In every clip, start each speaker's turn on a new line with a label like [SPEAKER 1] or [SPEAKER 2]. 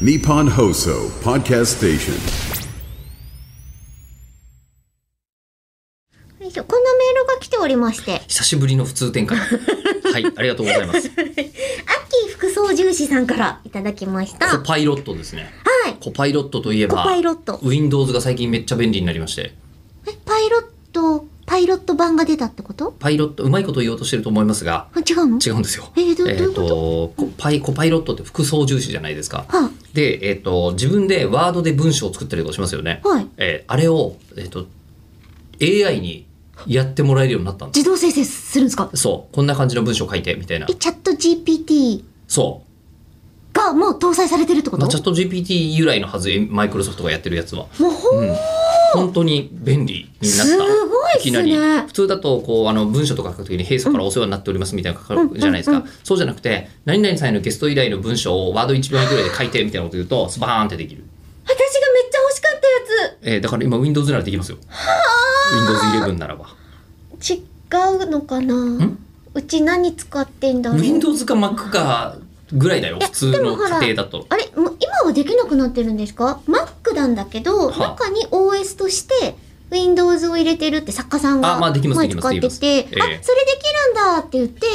[SPEAKER 1] Nippon Hoso Podcast Station.
[SPEAKER 2] よいしょこんなメールが来ておりまして、
[SPEAKER 3] 久しぶりの普 通展開。はい、ありがとうございます。
[SPEAKER 2] アッキー副操縦士さんからいただきました。
[SPEAKER 3] コ
[SPEAKER 2] は
[SPEAKER 3] パイロットですね。
[SPEAKER 2] い。
[SPEAKER 3] コパイロットといえば、
[SPEAKER 2] コパイロット
[SPEAKER 3] Windows が最近めっちゃ便利になりまして、
[SPEAKER 2] え、パイロット、パイロット版が出たってこと
[SPEAKER 3] パイロット、うまいこと言おうとしてると思いますが、
[SPEAKER 2] あ違うの
[SPEAKER 3] 違うんですよ。
[SPEAKER 2] えーどどういうこと
[SPEAKER 3] と、コパイ、コパイロットって副操縦士じゃないですか。
[SPEAKER 2] は
[SPEAKER 3] で、えっ、と、自分でワードで文章を作ったりとかしますよね。
[SPEAKER 2] はい
[SPEAKER 3] えーあれを、えっ、と、AI にやってもらえるようになったんです。
[SPEAKER 2] 自動生成するんですか
[SPEAKER 3] そう。こんな感じの文章書いて、みたいな
[SPEAKER 2] え、。チャット GPT
[SPEAKER 3] そう。
[SPEAKER 2] がもう搭載されてるってこと
[SPEAKER 3] まあ、チャット GPT 由来のはずマイクロソフトがやってるやつは、
[SPEAKER 2] もうほん
[SPEAKER 3] うん、本当に便利になった
[SPEAKER 2] すごいっすね
[SPEAKER 3] きなり普通だとこうあの文章とか書くときに「平素からお世話になっております」みたいなの書くじゃないですか、そうじゃなくて「何々さんへのゲスト依頼の文章をワード1秒ぐらいで書いて」みたいなこと言うとスバーンってできる、
[SPEAKER 2] 私がめっちゃ欲しかっ
[SPEAKER 3] えーだから今 Windows ならできますよ Windows11 ならば
[SPEAKER 2] たやつ違うのかなんうち何使ってんだろう
[SPEAKER 3] Windows か Mac かぐらいだよ
[SPEAKER 2] え
[SPEAKER 3] 普通
[SPEAKER 2] で
[SPEAKER 3] の
[SPEAKER 2] もほら
[SPEAKER 3] 家庭だと
[SPEAKER 2] あれもう今はできなくなってるんですか ?Mac なんだけど、
[SPEAKER 3] はあ
[SPEAKER 2] 中に OS として Windows を入れてるって作家さんが
[SPEAKER 3] あまあできます
[SPEAKER 2] 前
[SPEAKER 3] でき
[SPEAKER 2] 使
[SPEAKER 3] ま
[SPEAKER 2] っ
[SPEAKER 3] す
[SPEAKER 2] てて、あ、それで
[SPEAKER 3] で
[SPEAKER 2] き
[SPEAKER 3] きますええ
[SPEAKER 2] るんだって言って、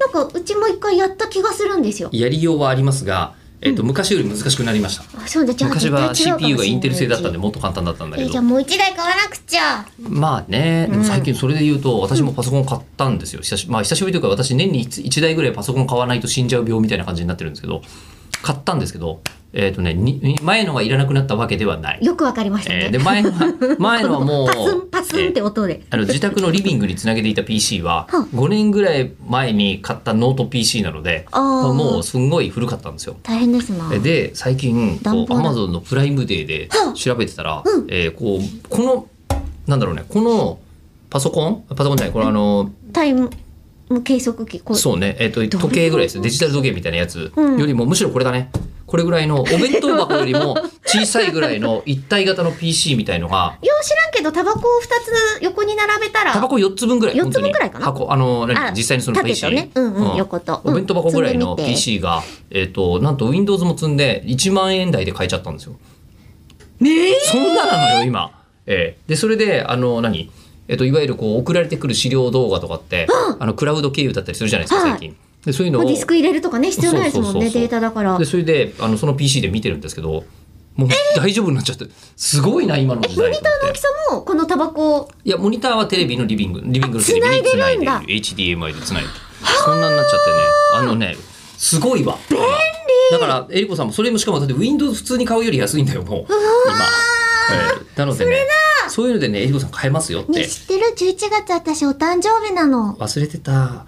[SPEAKER 2] なんかうちも一回やった気がするんですよ。
[SPEAKER 3] やりようはありますが、えーと昔より難しくなりました
[SPEAKER 2] あそうだ、じゃあ
[SPEAKER 3] 昔は
[SPEAKER 2] 絶対違うかもしれ
[SPEAKER 3] CPU
[SPEAKER 2] な
[SPEAKER 3] が
[SPEAKER 2] い
[SPEAKER 3] インテル製だったんでもっと簡単だったんだ
[SPEAKER 2] え
[SPEAKER 3] け
[SPEAKER 2] ーじゃあ
[SPEAKER 3] ど
[SPEAKER 2] もう一台買わなくちゃ。
[SPEAKER 3] まあねでも最近それで言うと私もパソコン買ったんですよ久し,、まあ、久しぶりというか私年に 1, 台ぐらいパソコン買わないと死んじゃう病みたいな感じになってるんですけど買ったんですけどえっ、とねにに前のがいらなくなったわけではない、
[SPEAKER 2] よくわかりましたね。
[SPEAKER 3] えー で前のは前のはもう
[SPEAKER 2] パスンパスンって
[SPEAKER 3] えー
[SPEAKER 2] 音で。
[SPEAKER 3] あの自宅のリビングにつなげていた PC は
[SPEAKER 2] はあ
[SPEAKER 3] 5年ぐらい前に買ったノート PC なので
[SPEAKER 2] あー
[SPEAKER 3] もうすんごい古かったんですよ
[SPEAKER 2] 大変ですな。
[SPEAKER 3] で最近
[SPEAKER 2] 暖
[SPEAKER 3] こう
[SPEAKER 2] 房
[SPEAKER 3] ア
[SPEAKER 2] だ
[SPEAKER 3] マゾンのプライムデーで
[SPEAKER 2] はあ
[SPEAKER 3] 調べてたら、
[SPEAKER 2] うん
[SPEAKER 3] えーこうこのなんだろうねこのパソコンパソコンじゃないこれあの
[SPEAKER 2] タイム計測器、こう
[SPEAKER 3] そうね、えー、と時計ぐらいですデジタル時計みたいなやつ
[SPEAKER 2] うん
[SPEAKER 3] よりも、むしろこれだねこれぐらいのお弁当箱より も小さいぐらいの一体型の PC みたいのが
[SPEAKER 2] よう知らんけど、タバコを2つ横に並べたら。
[SPEAKER 3] タバコ4つ分ぐらい
[SPEAKER 2] 4つ分ぐらいかな
[SPEAKER 3] 本当に箱あの何
[SPEAKER 2] あ
[SPEAKER 3] 実際にその PC
[SPEAKER 2] 縦とねうんうん横とうん
[SPEAKER 3] お弁当箱ぐらいの
[SPEAKER 2] 積んでみて
[SPEAKER 3] PC が、えー、となんと Windows も積んで1万円台で買えちゃったんですよ。そんななのよ今、ええでそれであの何、えっといわゆるこう送られてくる資料動画とかって、あのクラウド経由だったりするじゃないですか
[SPEAKER 2] はい
[SPEAKER 3] 最近。でそういうの
[SPEAKER 2] ま
[SPEAKER 3] を
[SPEAKER 2] あディスク入れるとかね必要ないですもんね
[SPEAKER 3] そうそうそうそう
[SPEAKER 2] データだから
[SPEAKER 3] でそれであのその PC で見てるんですけどもう大丈夫になっちゃってすごいな今の時代と思って
[SPEAKER 2] 大きさもこのタバコを
[SPEAKER 3] いや、モニターはテレビのリビング、リビングのテレビに
[SPEAKER 2] 繋
[SPEAKER 3] つない
[SPEAKER 2] いでるん
[SPEAKER 3] で
[SPEAKER 2] だ
[SPEAKER 3] いる HDMI でつないでるそんなになっちゃってね、あのね、すごいわ。便利だから、えりこさんも、それもしかも、だって Windows 普通に買うより安いんだよ、もう。今。えーなのでね、そういうのでね、えりこさん買えますよっ
[SPEAKER 2] ね
[SPEAKER 3] て。
[SPEAKER 2] 知ってる11月私お誕生日なの
[SPEAKER 3] 忘れてた。